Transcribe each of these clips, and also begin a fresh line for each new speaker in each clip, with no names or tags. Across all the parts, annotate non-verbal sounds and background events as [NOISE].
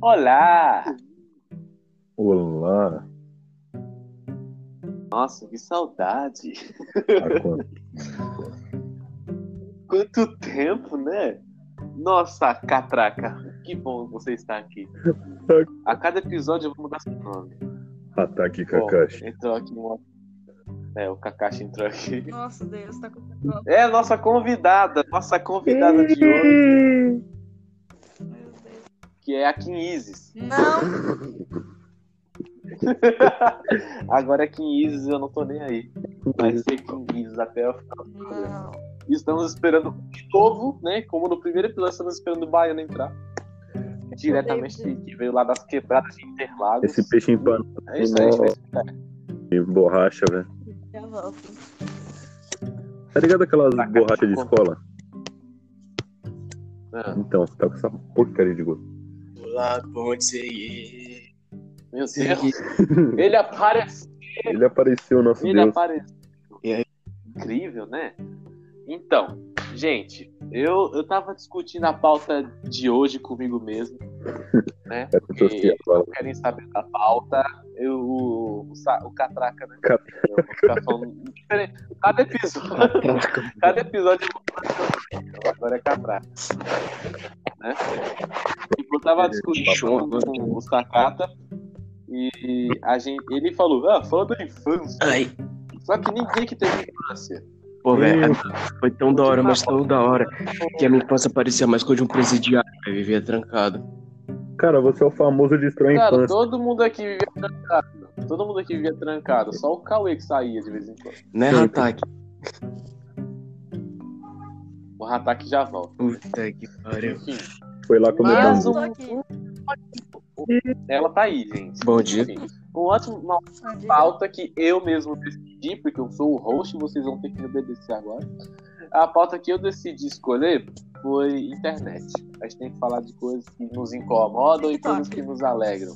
Olá!
Olá!
Nossa, que saudade! [LAUGHS]
Há quanto-
Quanto tempo, né? Nossa, catraca! Que bom você estar aqui. A cada episódio eu vou mudar seu nome.
Ataque
Bom,
Kakashi.
entrou aqui uma... É, o Kakashi entrou aqui.
Nossa, Deus, tá com
É, nossa convidada, nossa convidada de hoje,
Meu Deus.
que é a Kinizes.
Não,
Agora é Kinizes, eu não tô nem aí. Vai ser Kinizes até o final do programa.
não.
Estamos esperando de novo, né? Como no primeiro episódio, estamos esperando o Baiano entrar. Diretamente
Meu Deus.
que veio lá das quebradas de Interlagos.
Esse peixe empanado
É isso, a gente vai esperar.
de borracha, velho.
Já volto.
Tá ligado aquelas
Taca-
borrachas de
com-
escola?
Ah,
Então, você tá com essa porcaria de gosto.
Olá, ponte Seie.
Meu Deus. Ele apareceu.
Ele apareceu, nosso
Ele
Deus.
apareceu.
E aí?
Incrível, né? Então, gente, eu, eu tava discutindo a pauta de hoje comigo mesmo. Né?
Cara,
Porque
eu torci a
eles não
bola.
querem saber da pauta. Eu, o, o, sa- o Catraca, né?
Cat-
Eu vou ficar falando diferente. Cada episódio.
[LAUGHS]
Cada episódio eu vou fazer. Agora é catraca. Né? Eu tava discutindo com, com o Sakata e a gente, ele falou, ah, fala da infância.
Ai,
Só que ninguém que teve infância.
pô, velho, foi tão da hora, mas tão da hora que a
não
minha infância parecia mais coisa de um presidiário, velho, vivia trancado.
Cara, você é o famoso destrói a
Cara,
assim,
infância.
todo mundo aqui vivia trancado. Todo mundo aqui vivia trancado. Só o Cauê que saía de vez em quando.
Né,
Sim.
ataque?
O Ratak já volta.
Puta que pariu.
Enfim,
Foi lá comer
Mas
um
bambu.
Tô aqui.
ela tá aí, gente.
Bom dia.
Enfim, um ótimo, uma pauta que eu mesmo decidi, porque eu sou o host, vocês vão ter que me obedecer agora. A pauta que eu decidi escolher foi internet. A gente tem que falar de coisas que nos incomodam e
TikTok.
coisas que nos alegram.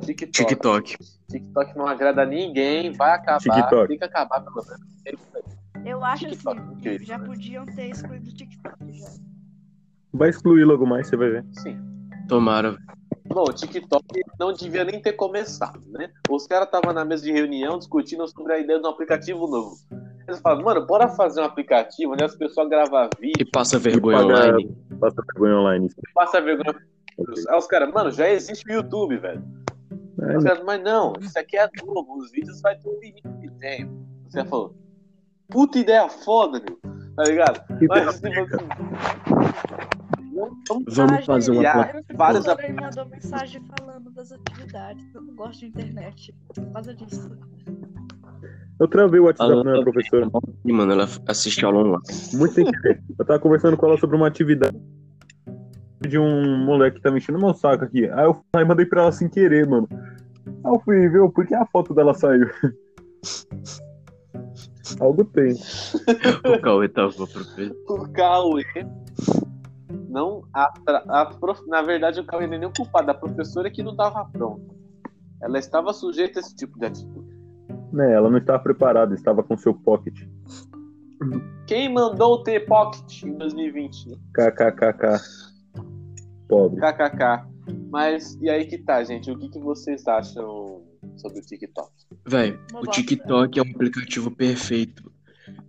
TikTok. TikTok.
TikTok.
não agrada a ninguém, vai acabar,
TikTok.
tem que acabar pelo menos.
Eu acho
um TikTok, né?
assim,
ok.
já podiam ter excluído o TikTok já.
um.
Vai excluir logo mais, você vai ver.
Sim.
Tomara. velho.
Bom, o TikTok não devia nem ter começado, né? Os caras estavam na mesa de reunião discutindo sobre a ideia de um aplicativo novo. Eles falaram, mano, bora fazer um aplicativo onde as pessoas gravam vídeo,
E passa vergonha
paga-
online.
Passa vergonha online.
passa vergonha. Aí os caras, mano, já existe o YouTube, velho. Aí os
É,
caras, mas não, isso aqui é novo, os vídeos vai ter um limite de tempo. Você falou, puta ideia foda, meu. Tá ligado?
que
Mas se você. Não, não-
Vamos fazer uma
Ah,
placa.
vários
Vários ele mandou mensagem falando das atividades. Eu não gosto de internet. Por causa disso.
Eu travei o WhatsApp da
Alô,
minha professora.
Ih, Mano, ela assiste aula online.
Muito sem querer. Eu tava conversando com ela sobre uma atividade de um moleque que tá me enchendo meu saco aqui. Aí eu aí mandei pra ela sem querer, mano. Aí eu fui ver por que a foto dela saiu. [LAUGHS] Algo tem.
O Cauê tava professor.
O Cauê. Não atra... a prof- Na verdade, o Cauê não é nem o culpado, a professora que não tava pronta. Ela estava sujeita a esse tipo de atitude.
Né, ela não estava preparada, estava com seu pocket.
Quem mandou ter pocket em 2020?
KKKK. Pobre.
KKK. Mas e aí que tá, gente? O que, que vocês acham sobre o TikTok?
Velho,
Uma
o
bosta.
TikTok é um aplicativo perfeito.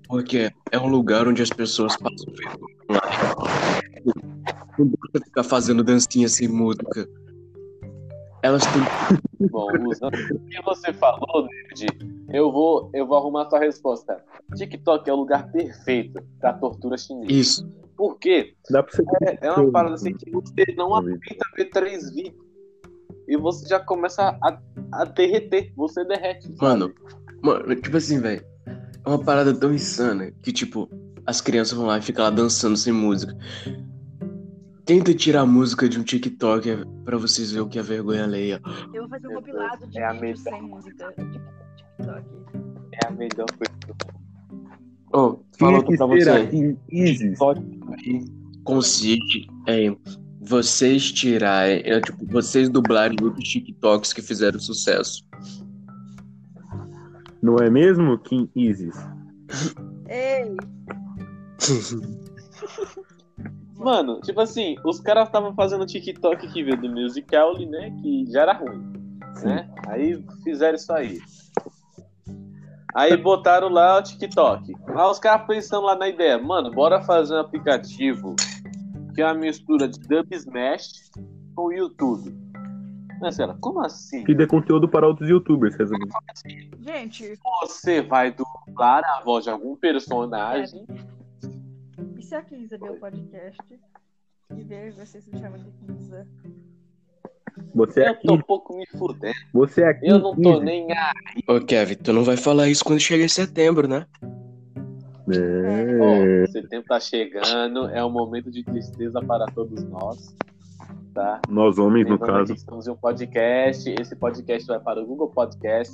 Porque é um lugar onde as pessoas passam vergonha online. Não basta ficar fazendo dancinha sem música. Elas têm
Bom, usando o que você falou, David, eu vou, eu vou arrumar a sua resposta. TikTok é o lugar perfeito pra tortura chinesa.
isso.
Por quê?
Dá pra você um
É, é uma parada assim que você não aguenta ver três vídeos. E você já começa a, a derreter. Você derrete. sabe?
Mano, mano, tipo assim, velho. É uma parada tão insana que, tipo, as crianças vão lá e ficam lá dançando sem música. Tenta tirar a música de um TikTok é, pra vocês verem o que é vergonha alheia.
Eu vou fazer um
Meu Deus,
compilado de
é a
vídeos
melhor.
sem música. de TikTok.
É a melhor coisa.
Ó,
Tinha
falando
é que
pra
ser
vocês.
assim, easy.
consiste em vocês tirarem, é, tipo, vocês dublarem outros TikToks que fizeram sucesso.
Não é mesmo, Kim Isis?
Ei!
Mano, tipo assim, os caras estavam fazendo TikTok que veio do Musical.ly, né? Que já era ruim, né? Aí fizeram isso aí. Aí botaram lá o TikTok. Lá os caras pensando lá na ideia, mano, bora fazer um aplicativo que é uma mistura de Dub Smash com YouTube. Né, cara? Como assim?
Que dê conteúdo para outros youtubers, resumindo.
Gente,
Você vai dublar a voz de algum personagem?
e se a Kinza ver o é podcast e ver você se chama de Kinza?
Você é
Eu tô
aqui,
um pouco me fudendo.
você é aqui.
Eu não tô
Izzy.
nem a.
Ô, Kevin, tu não vai falar isso quando chegar em setembro, né?
É.
Ó, setembro tá chegando, é um momento de tristeza para todos nós. Tá?
Nós homens, no
Lembrando
caso.
que estamos em um podcast. Esse podcast vai para o Google Podcast,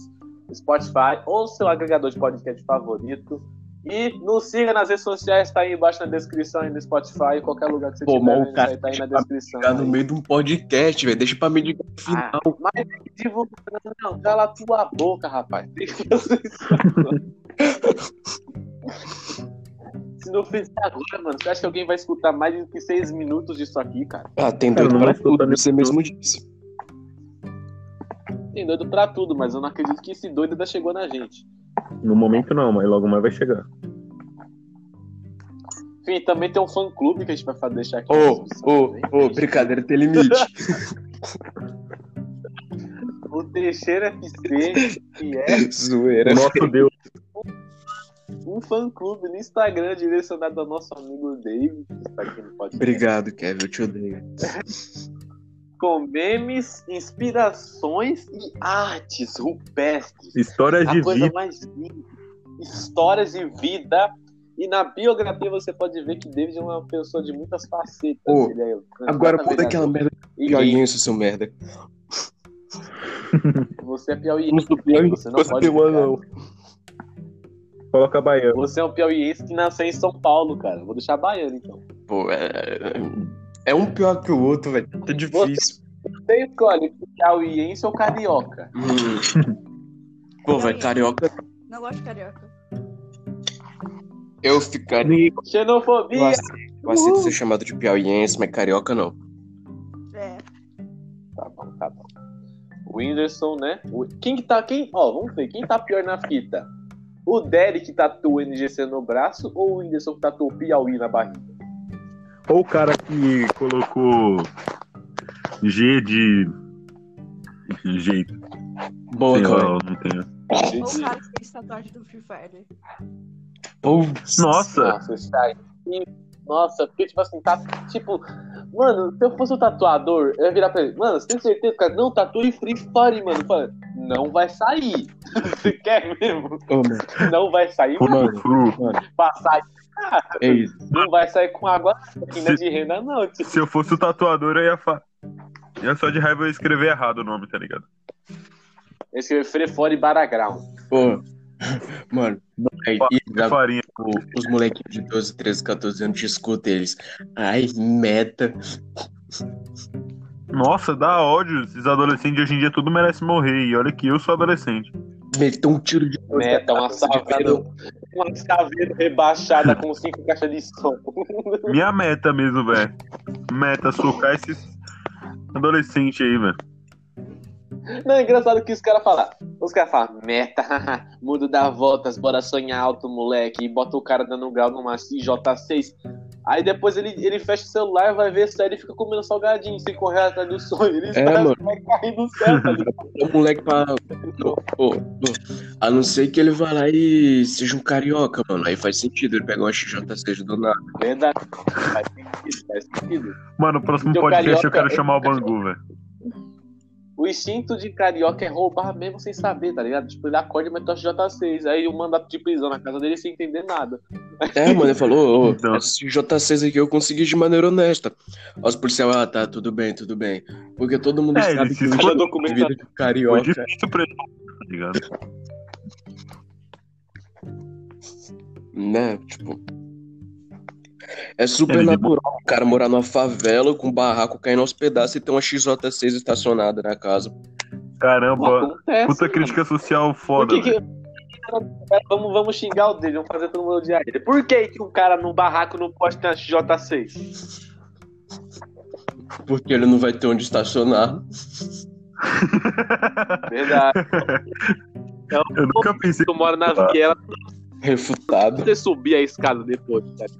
Spotify ou seu agregador de podcast favorito. E nos siga nas redes sociais, tá aí embaixo na descrição e no Spotify, em qualquer lugar que você
Pô,
tiver,
mas o
né,
cara
tá aí na
tá
descrição.
Tá no meio de um podcast, velho. Deixa pra mim de
Ah,
final.
mas divulgando, não, cala a tua boca, rapaz. [LAUGHS] Tem que fazer isso agora. Se não fizer agora, mano, você acha que alguém vai escutar mais do que seis minutos disso aqui, cara?
Ah, tem
Cara,
doido
não
pra
vai escutar
tudo,
nem-
você mesmo disse.
Tem doido pra tudo, mas eu não acredito que esse doido ainda chegou na gente.
No momento não, mas logo mais vai
[LAUGHS]
chegar.
Enfim, também tem um fã clube que a gente vai fa- deixar aqui. na
Ô,
descrição
ô,
também.
ô, brincadeira tem [LAUGHS] limite.
O Teixeira FC, que é
Zoeira.
O nosso Deus,
um fã clube no Instagram direcionado ao nosso amigo David, que está aqui no podcast.
Obrigado, Kevin, eu te odeio.
com memes, inspirações e artes rupestres.
histórias
A
de
coisa
vida.
mais linda. Histórias de vida. E na biografia você pode ver que David é uma pessoa de muitas facetas.
Ô,
Ele é um
Agora
candidato a
puta aquela
vereador.
merda
E
pioguinho, isso, seu merda.
Você é Piauí.
Não sou pior,
Você não pode.
um
negar.
Coloca a baiana.
Você é um piauiense que nasceu em São Paulo, cara. Vou deixar baiano, então.
Pô, é... é um pior que o outro, velho. Tá difícil.
Você escolhe piauiense ou carioca.
Hum. Pô, velho, carioca,
Não gosto de carioca.
eu ficaria.
Nico,
Eu
Xenofobia!
aceito, eu aceito ser chamado de piauiense, mas carioca não.
É.
Tá bom, tá bom. O Whindersson, né? O- Quem que tá. Quem... Ó, vamos ver. Quem tá pior na fita? O Derek que tatuou o NGC no braço ou o Whindersson que tatuou o Piauí na barriga?
Ou o cara que colocou G de. Jeito.
Boa,
sei lá,
cara.
eu não tenho.
Ou o cara que fez tatuagem do Free Fire.
Putz.
Nossa!
Nossa, isso tá aí. Nossa, porque, tipo assim, tá. Tipo, mano, se eu fosse um tatuador, eu ia virar pra ele. Mano, você tem certeza, cara? Não, tatue Free Fire, mano. Fala, não vai sair. [LAUGHS] Você quer mesmo?
Ô, mano,
Não vai sair,
Fru, fru.
passar.
é isso.
Não vai sair com água quina de renda, não. Tipo,
Se eu fosse o tatuador, eu ia fa... ia só de raiva eu escrever errado o nome, tá ligado?
esse é Free Fire Baragrão.
Pô, mano, aí, e dá-
Farinha.
o- os molequinhos de 12, 13, 14 anos te escutam eles. Ai, meta.
Nossa, dá ódio. Esses adolescentes de hoje em dia tudo merece morrer. E olha que eu sou adolescente.
Meteu um tiro de
Meta, né? Então, uma
Você de
saveira,
verão.
uma saveira rebaixada com cinco caixas de som.
Minha meta mesmo, velho. Meta, socar esses adolescentes aí, velho.
Não, é engraçado que os caras falam. Os caras falam, meta, [LAUGHS] haha, mundo dá voltas, bora sonhar alto, moleque. E bota o cara dando um grau numa CJ6. Aí depois ele, ele fecha o celular, vai ver série e fica comendo salgadinho, sem correr atrás do sonho. Ele
É,
está-
mano.
vai cair do céu, tá ligado? [LAUGHS]
O moleque pra. Ô, ô, ô. A não ser que ele vá lá e seja um carioca, mano. Aí faz sentido ele pegar uma XJ6 do nada.
Verdade. Faz sentido, faz sentido.
Mano, o próximo
Seu
podcast eu
carioca,
quero
eu-
chamar o Bangu, velho.
O instinto de carioca é roubar mesmo sem saber, tá ligado? Tipo, ele acorda e mete o J6. Aí o mandato de prisão na casa dele sem entender nada.
É, mano, ele falou, ô,
Então.
esse J6 aqui eu consegui de maneira honesta. Aí Os policiais, ah, tá, tudo bem, tudo bem. Porque todo mundo
É,
sabe
ele se
que o
esconde.
documento
vida de
Foi
carioca.
difícil pra ele, tá ligado?
né? Tipo. É super
Ele
natural o cara morar numa favela com um barraco caindo aos pedaços e ter uma XJ6 estacionada na casa.
Caramba,
Acontece,
puta
é assim, mano.
crítica social
Por
foda,
que que-
velho.
Vamos, vamos xingar o dele, vamos fazer todo mundo odiar ele. Por que, que um cara num barraco não pode ter uma XJ6?
Porque ele não vai ter onde estacionar.
[LAUGHS]
Verdade. É um
Eu nunca pensei.
Tu mora na viela,
Tá
Refutado.
você subir a escada depois, cara.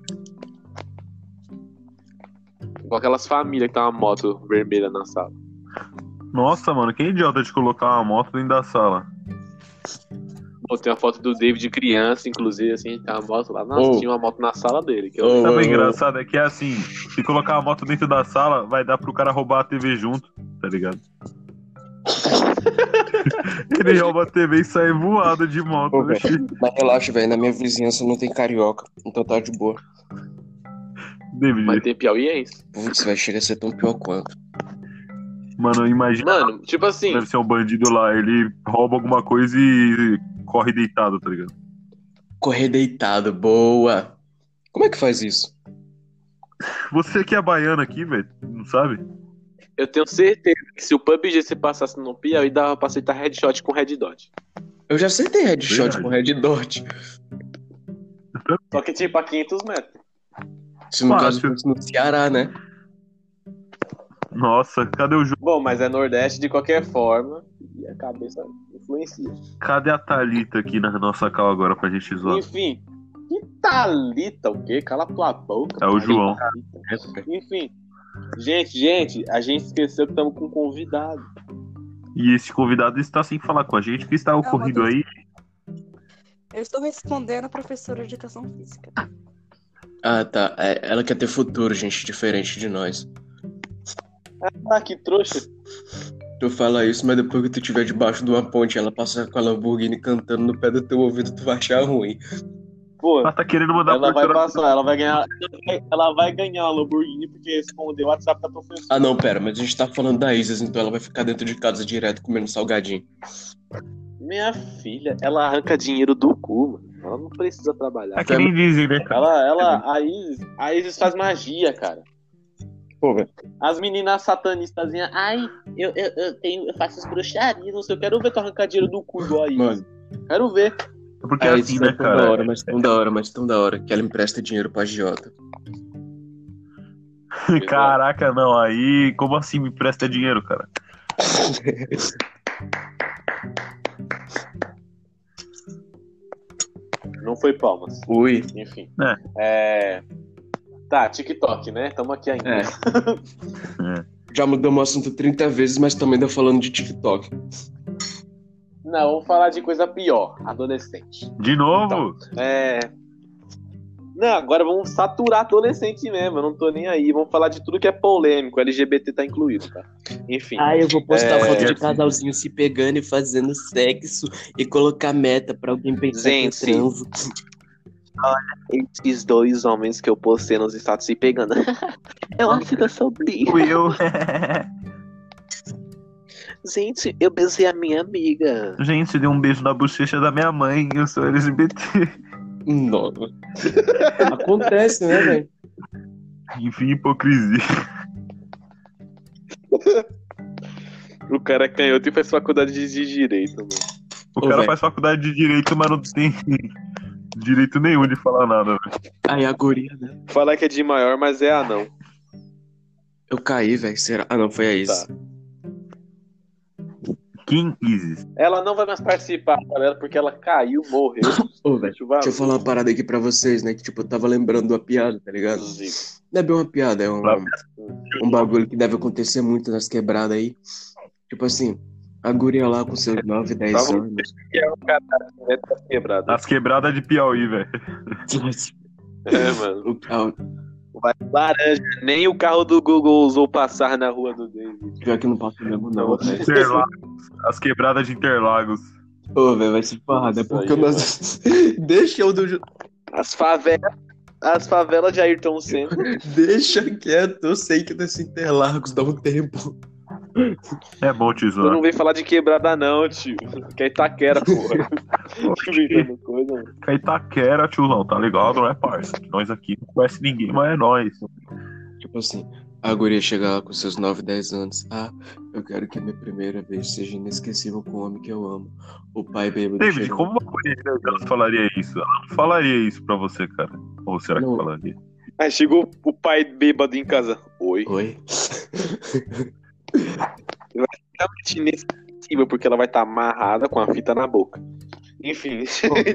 Igual aquelas famílias que tem uma moto vermelha na sala.
Nossa, mano, que idiota de colocar uma moto dentro da sala.
Pô, tem uma foto do David criança, inclusive, assim, tem uma moto lá. Nossa,
Ô.
tinha uma moto na sala dele. Que eu...
Ô,
Sabe
ô,
o
ô.
engraçado? É que é assim, se colocar a moto dentro da sala, vai dar pro cara roubar a TV junto, tá
[LAUGHS]
ligado? Ele rouba a TV e sai voado de moto. né?
Ô,
bicho.
Mas relaxa, velho. Na minha vizinhança não tem carioca. Então tá de boa.
David,
Mas tem piauiense.
Putz, vai chegar a ser tão pior quanto.
mano, imagina.
Mano, tipo assim,
Deve ser um bandido lá, ele rouba alguma coisa e corre deitado, tá ligado?
Correr deitado, boa. Como é que faz isso?
Você que é baiano aqui, velho, não sabe?
eu tenho certeza que se o PUBG se passasse no Piauí, dava pra aceitar headshot com red dot.
Eu já acertei headshot
Verdade.
com red dot.
Só que, tipo, a 500 metros.
Se no caso
Fácil.
fosse no Ceará, né?
Nossa, cadê o jogo?
Bom, mas é Nordeste de qualquer forma. E a cabeça influencia.
Cadê a Thalita aqui na nossa cal agora pra gente zoar?
Enfim. Que Thalita, o quê? Cala tua boca.
É o
Thalita.
João.
Enfim. Gente, gente, a gente esqueceu que estamos com um convidado.
E esse convidado está sem falar com a gente. O que está ocorrido aí?
Eu estou respondendo a professora de educação física.
Ah, tá. É, ela quer ter futuro, gente, diferente de nós.
Ah, que trouxa.
Tu fala isso, mas depois que tu estiver debaixo de uma ponte, ela passar com a Lamborghini cantando no pé do teu ouvido, tu vai achar ruim.
Pô,
Ela tá querendo mandar
ela vai
professora-
passar, ela vai ganhar. Ela vai ganhar a Lamborghini porque respondeu o WhatsApp da professora.
Ah, não, pera, mas a gente tá falando da Isis, então ela vai ficar dentro de casa direto comendo salgadinho.
Minha filha, ela arranca dinheiro do cu, mano. Ela não precisa trabalhar.
É que nem dizem, né? cara?
Ela, ela,
né?
a Isis, a Isis faz magia, cara.
Pô, velho.
As meninas satanistas, ai, eu, eu, eu, tenho, eu faço as bruxarias, não sei, eu quero ver tu arrancar dinheiro do cu igual a Isis.
Mano,
Quero ver.
É Porque
a
é assim,
Isis
né,
é tão da
cara?
hora, mas tão da hora, mas tão da hora, que ela empresta dinheiro pra agiota.
[LAUGHS] Caraca, não. Aí, como assim me presta dinheiro, cara?
Não foi palmas.
Ui.
Enfim. É. Tá, TikTok, né? Tamo aqui ainda.
É. Já mudamos o assunto 30 vezes, mas também ainda falando de TikTok.
Não, vamos falar de coisa pior. Adolescente.
De novo?
É. Não, agora vamos saturar adolescente mesmo. Eu não tô nem aí. Vamos falar de tudo que é polêmico. LGBT tá incluído, tá? Enfim.
Ah, eu vou
postar É,
foto de assim.
casalzinho se pegando e fazendo sexo e colocar meta pra alguém é
pensar que eu Gente. transo. Esses dois homens que eu postei nos status se pegando. [LAUGHS] é uma vida sobre.
Fui eu. [LAUGHS]
Gente, eu beijei a minha amiga.
Gente, deu um beijo na bochecha da minha mãe. Eu sou LGBT.
Nova. [LAUGHS] Acontece, né, velho?
[LAUGHS] Enfim, hipocrisia.
O cara é canhoto e faz faculdade de direito, mano.
O
Ô,
cara
velho.
faz faculdade de direito, mas não tem [LAUGHS] direito nenhum de falar nada, velho.
Aí a guria, né?
Falar que é de maior, mas é anão.
Eu caí, velho. Será? Ah, não, foi a Isis.
Quem Isis?
Ela não vai mais participar, galera, porque ela caiu, morreu.
Ô, velho.
Deixa eu falar.
Deixa eu falar uma parada aqui pra vocês, né? Que, tipo, eu tava lembrando da piada, tá ligado? Não é bem uma piada, é um,
Claro.
um bagulho que deve acontecer muito nas quebradas aí. Tipo assim, a guria lá com seus 9, 10
Tava-
anos.
Que é o cara né, tá
Ah,
quebrado.
As quebradas de Piauí, velho.
É, mano.
O carro-
Vai laranja. Nem o carro do Google usou passar na rua do David.
Pior que não passa mesmo, não,
Tá
velho.
Interlagos. As quebradas de Interlagos.
Ô, velho, vai se farrar, é
Isso
porque
aí,
nós. [LAUGHS] Deixa eu do.
As favelas. As favelas de Ayrton Senna.
Deixa quieto, eu sei que nesse Interlagos dá um tempo.
É bom te
Tu não
zoar.
vem falar de quebrada, não, tio. Que é Itaquera, porra.
[LAUGHS]
Inventando coisa, mano.
É Itaquera, tiozão, tá ligado? Não é parça. Nós aqui não conhece ninguém, mas é nós.
Tipo assim, a guria chega lá com seus 9, 10 anos. Ah, eu quero que a minha primeira vez seja inesquecível com o homem que eu amo. O pai bêbado.
David,
chega-
como uma mulher ela falaria isso? Ela não falaria isso pra você, cara. Ou será que
Não.
falaria?
Aí chegou o pai bêbado em casa. Oi.
Oi.
Não, inesquecível, porque ela vai estar amarrada com a fita na boca. Enfim. [LAUGHS]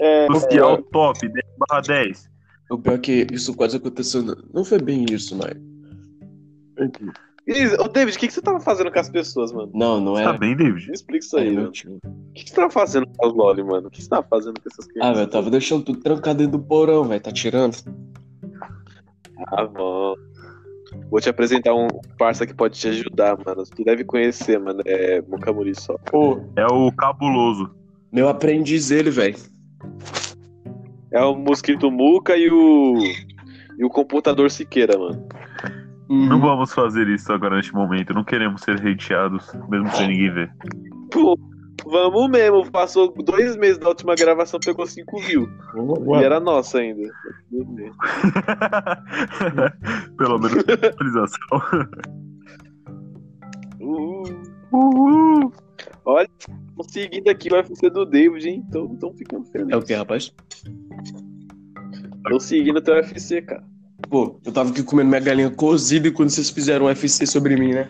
é,
que é o top, 10 barra 10.
O pior é que isso quase aconteceu. na- Não foi bem isso, mas.
Isa, ô, David, o que, que você tava fazendo com as pessoas, mano?
Não, não é.
Tá
era. tipo,
bem, David?
Me explica isso aí,
Era
mano.
meu tio.
O que, que você tava fazendo com as Loli, mano? O que você tava fazendo com essas
Ah,
crianças?
velho, eu tava deixando tudo trancado dentro do porão, velho. Tá tirando?
Ah, bom. Vou te apresentar um parça que pode te ajudar, mano. Tu deve conhecer, mano. É Mucamuri só.
Pô,
É o cabuloso.
meu aprendiz ele, velho.
É o Mosquito Muca e o. E o computador Siqueira, mano.
Não
Uhum.
vamos fazer isso agora neste momento. Não queremos ser hateados, mesmo sem ninguém ver. [LAUGHS]
Pô, vamos mesmo. Passou dois meses da última gravação, pegou cinco mil.
Uhum.
E era nossa ainda.
Pelo menos
[LAUGHS]
utilização.
Uhul.
Uhul.
Olha, conseguindo aqui o UFC do David, hein? Então, então ficando feliz.
É o que, rapaz?
Tô seguindo até o UFC, cara.
Pô, eu tava aqui comendo minha galinha cozida quando vocês fizeram um FC sobre mim, né?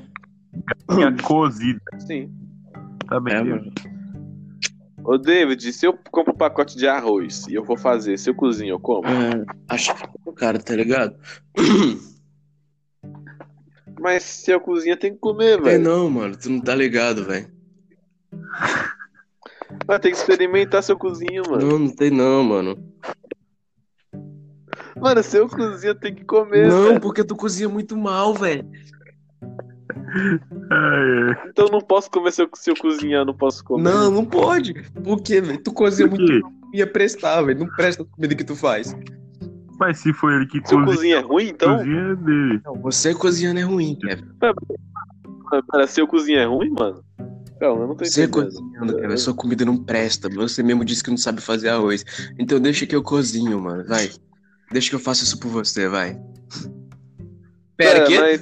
Minha cozida.
Sim.
Tá bem,
É,
David?
mano.
Ô, David, se eu compro um pacote de arroz e eu vou fazer, se eu cozinho, eu como?
É, acho que, cara, tá ligado?
Mas se eu cozinho, tem que comer,
É
velho.
não, mano, tu não tá ligado, velho.
Mas tem que experimentar se eu cozinho, mano.
Não, não tem não, mano.
Mano, se eu cozinho, tem que comer,
Não,
velho.
porque tu cozinha muito mal, velho.
Ai, ai.
Então eu não posso comer se eu, se eu cozinhar, eu não posso comer.
Não, não pode. Por quê, velho? Tu cozinha é
Por
muito
quê?
mal, não ia prestar, velho. Não presta a comida que tu faz.
Mas se foi ele que
Se eu
cozinha,
cozinho é ruim, então?
cozinha é dele. [LAUGHS]
Não, você cozinhando é ruim, Kevin.
Cara, se eu cozinho é ruim, mano? Calma, eu não tô
Você
entendendo.
cozinhando, Kevin, sua comida não presta. Você mesmo disse que não sabe fazer arroz. Então deixa que eu cozinho, mano. Vai. Deixa que eu faça isso por você, vai.
Pera,
Pera, quê?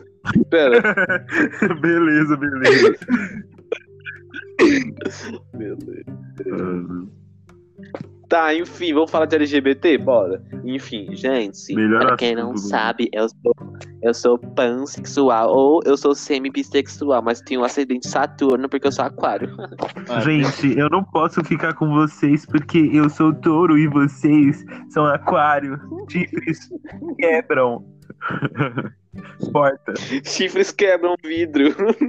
[LAUGHS]
mas- Pera,
beleza, beleza.
beleza.
Ah,
Tá, enfim, vamos falar de LGBT? Bora. Enfim, gente.
Melhor
Pra quem não
assunto do-
sabe, eu sou, eu sou pansexual ou eu sou semi-bissexual, mas tenho um ascendente Saturno porque eu sou aquário. [LAUGHS]
Ah,
Ah,
Gente, eu não posso ficar com vocês porque eu sou touro e vocês são aquário. Chifres quebram. [LAUGHS] Porta,
Chifres quebram vidro.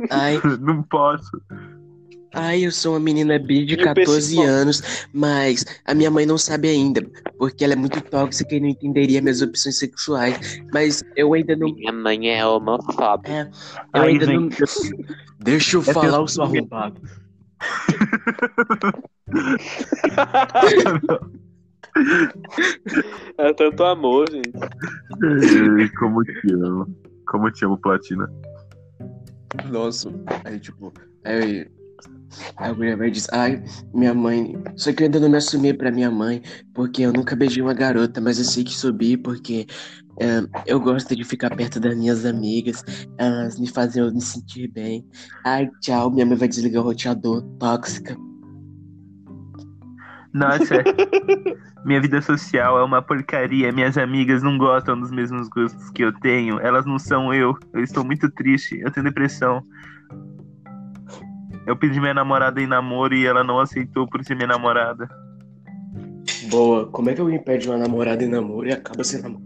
Ai,
não posso.
ai, eu sou uma menina bi
E
de
o
14
pessoal?
anos, mas a minha mãe não sabe ainda, porque ela é muito tóxica e não entenderia minhas opções sexuais. Mas eu ainda não.
Minha mãe é homofóbica.
Eu
Aí,
ainda
gente,
é
não. Deixa eu falar,
teu-
o seu arrombado.
É tanto amor, gente.
Ei, Como eu te amo. Como eu te amo, Platina.
Nossa, aí tipo, aí a mulher vai diz, ai, minha mãe, só que eu ainda não me assumi pra minha mãe, porque eu nunca beijei uma garota, mas eu sei que subi porque é, eu gosto de ficar perto das minhas amigas, elas me fazem eu me sentir bem. Ai, tchau, minha mãe vai desligar o roteador, tóxica.
Nossa, [LAUGHS] minha vida social é uma porcaria. Minhas amigas não gostam dos mesmos gostos que eu tenho. Elas não são eu. Eu estou muito triste. Eu tenho depressão. Eu pedi minha namorada em namoro e ela não aceitou por ser minha namorada.
Boa, como é que alguém pede uma namorada em namoro e acaba sem namoro?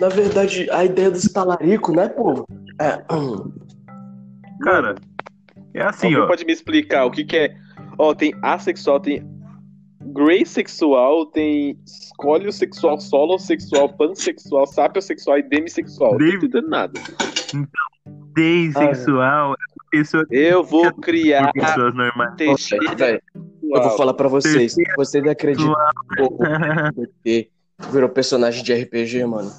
Na verdade, a ideia dos talarico, né, povo? É, [CLEARS THROAT]
Cara, é assim,
Alguém
ó.
pode me explicar o que, que é? Ó, tem assexual, tem gray sexual, tem escolho sexual, solo sexual, pansexual, sapiosexual e demissexual. Não tô
Demi-
entendendo nada.
Tem sexual. é uma pessoa
Eu vou criar
por pessoas normais.
teixeira
velho, Eu vou
sexual.
falar pra vocês, vocês acreditam que o PT virou personagem de RPG, mano.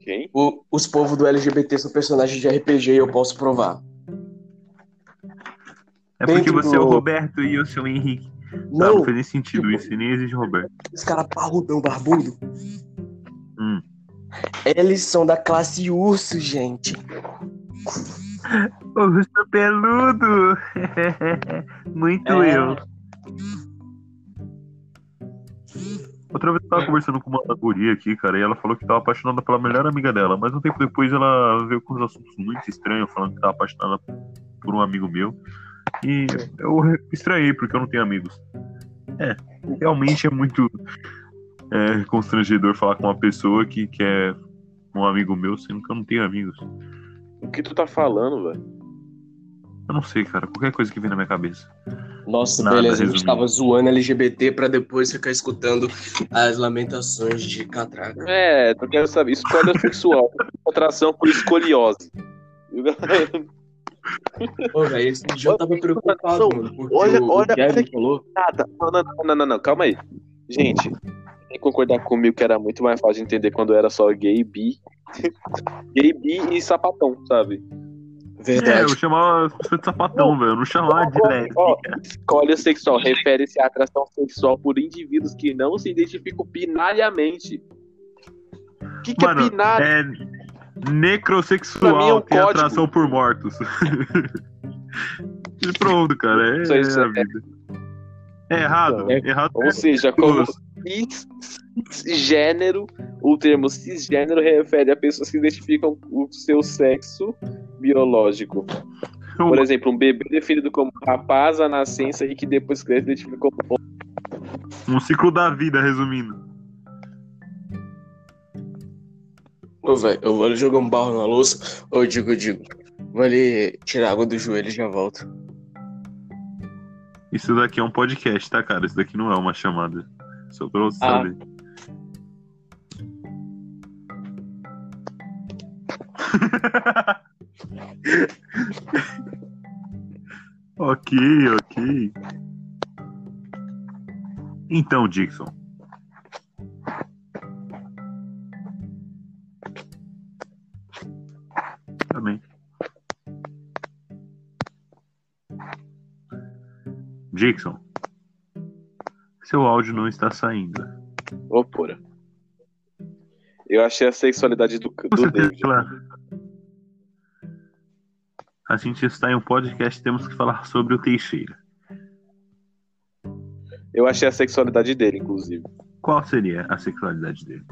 Quem?
O- os povos do LGBT são personagens de RPG e eu posso provar.
É porque
dentro
você é o
do-
Roberto e eu sou o Henrique. Tá,
Não,
não faz nem sentido isso. E nem existe Roberto.
os caras parrudão, barbudo,
Hum.
eles são da classe urso, gente.
O urso peludo! [LAUGHS] Muito
É.
eu. Outra vez eu tava conversando com uma guria aqui, cara, e ela falou que tava apaixonada pela melhor amiga dela, mas um tempo depois ela veio com uns assuntos muito estranhos, falando que tava apaixonada por um amigo meu. E eu estranhei, porque eu não tenho amigos. É, realmente é muito é, constrangedor falar com uma pessoa que, que é um amigo meu, sendo que eu não tenho amigos.
O que tu tá falando, velho?
Eu não sei, cara, qualquer coisa que vem na minha cabeça.
Nossa,
Nada,
beleza, a gente
resumindo.
tava zoando LGBT pra depois ficar escutando as lamentações de Catraca.
É, tu quero saber. Escolha
[LAUGHS]
sexual. Atração por escoliose.
Pô, velho, esse dia eu tava preocupado, mano, porque
Olha-
o,
olha-
o Kevin
olha aqui.
falou...
Nada. Ah, tá. Não, não, não, não, não, não, calma aí. Gente, tem que concordar comigo que era muito mais fácil de entender quando era só gay, bi. [LAUGHS] gay, bi e sapatão, sabe?
É, eu
Verdade.
chamava as pessoas de sapatão, velho. Eu não chamava de lésbica.
tipo, Ó, escolha sexual refere-se à atração sexual por indivíduos que não se identificam binariamente. O que, que é
Mano,
binário? Pra
é
mim é
necrosexual
um
tem
código.
atração por mortos. [LAUGHS] e pronto, cara. É,
Só isso
é a
é.
vida. É errado.
É-
errado
Ou seja, como
todos.
cis- cisgênero, o termo cisgênero refere a pessoas que identificam o seu sexo biológico. Por exemplo, um bebê definido como rapaz à nascença e que depois cresce identificou como homem.
Um ciclo da vida, resumindo.
Ô, velho, eu vou ali jogar um barro na louça, ou eu digo, eu digo, vou ali tirar a água do joelho e já volto.
Isso daqui é um podcast, tá, cara? Isso daqui não é uma chamada. Só pra você
Ah.
saber. [LAUGHS] ok, ok. Então, Dixon. Tá bem. Dixon. Seu áudio não está saindo.
Ô, porra. Eu achei a sexualidade do, do
Você tem
David.
que falar. A gente está em um podcast, temos que falar sobre o Teixeira.
Eu achei a sexualidade dele, inclusive.
Qual seria a sexualidade dele?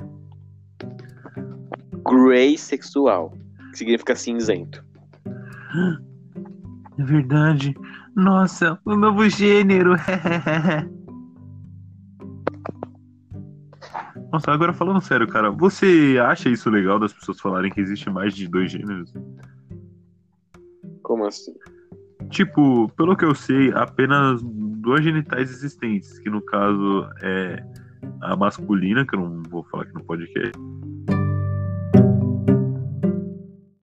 Grey sexual. Que significa cinzento.
É verdade. Nossa, o novo gênero. [LAUGHS] Nossa, agora falando sério, cara, você acha isso legal das pessoas falarem que existe mais de dois gêneros?
Como assim?
Tipo, pelo que eu sei, apenas duas genitais existentes, que no caso é a masculina, que eu não vou falar aqui no podcast,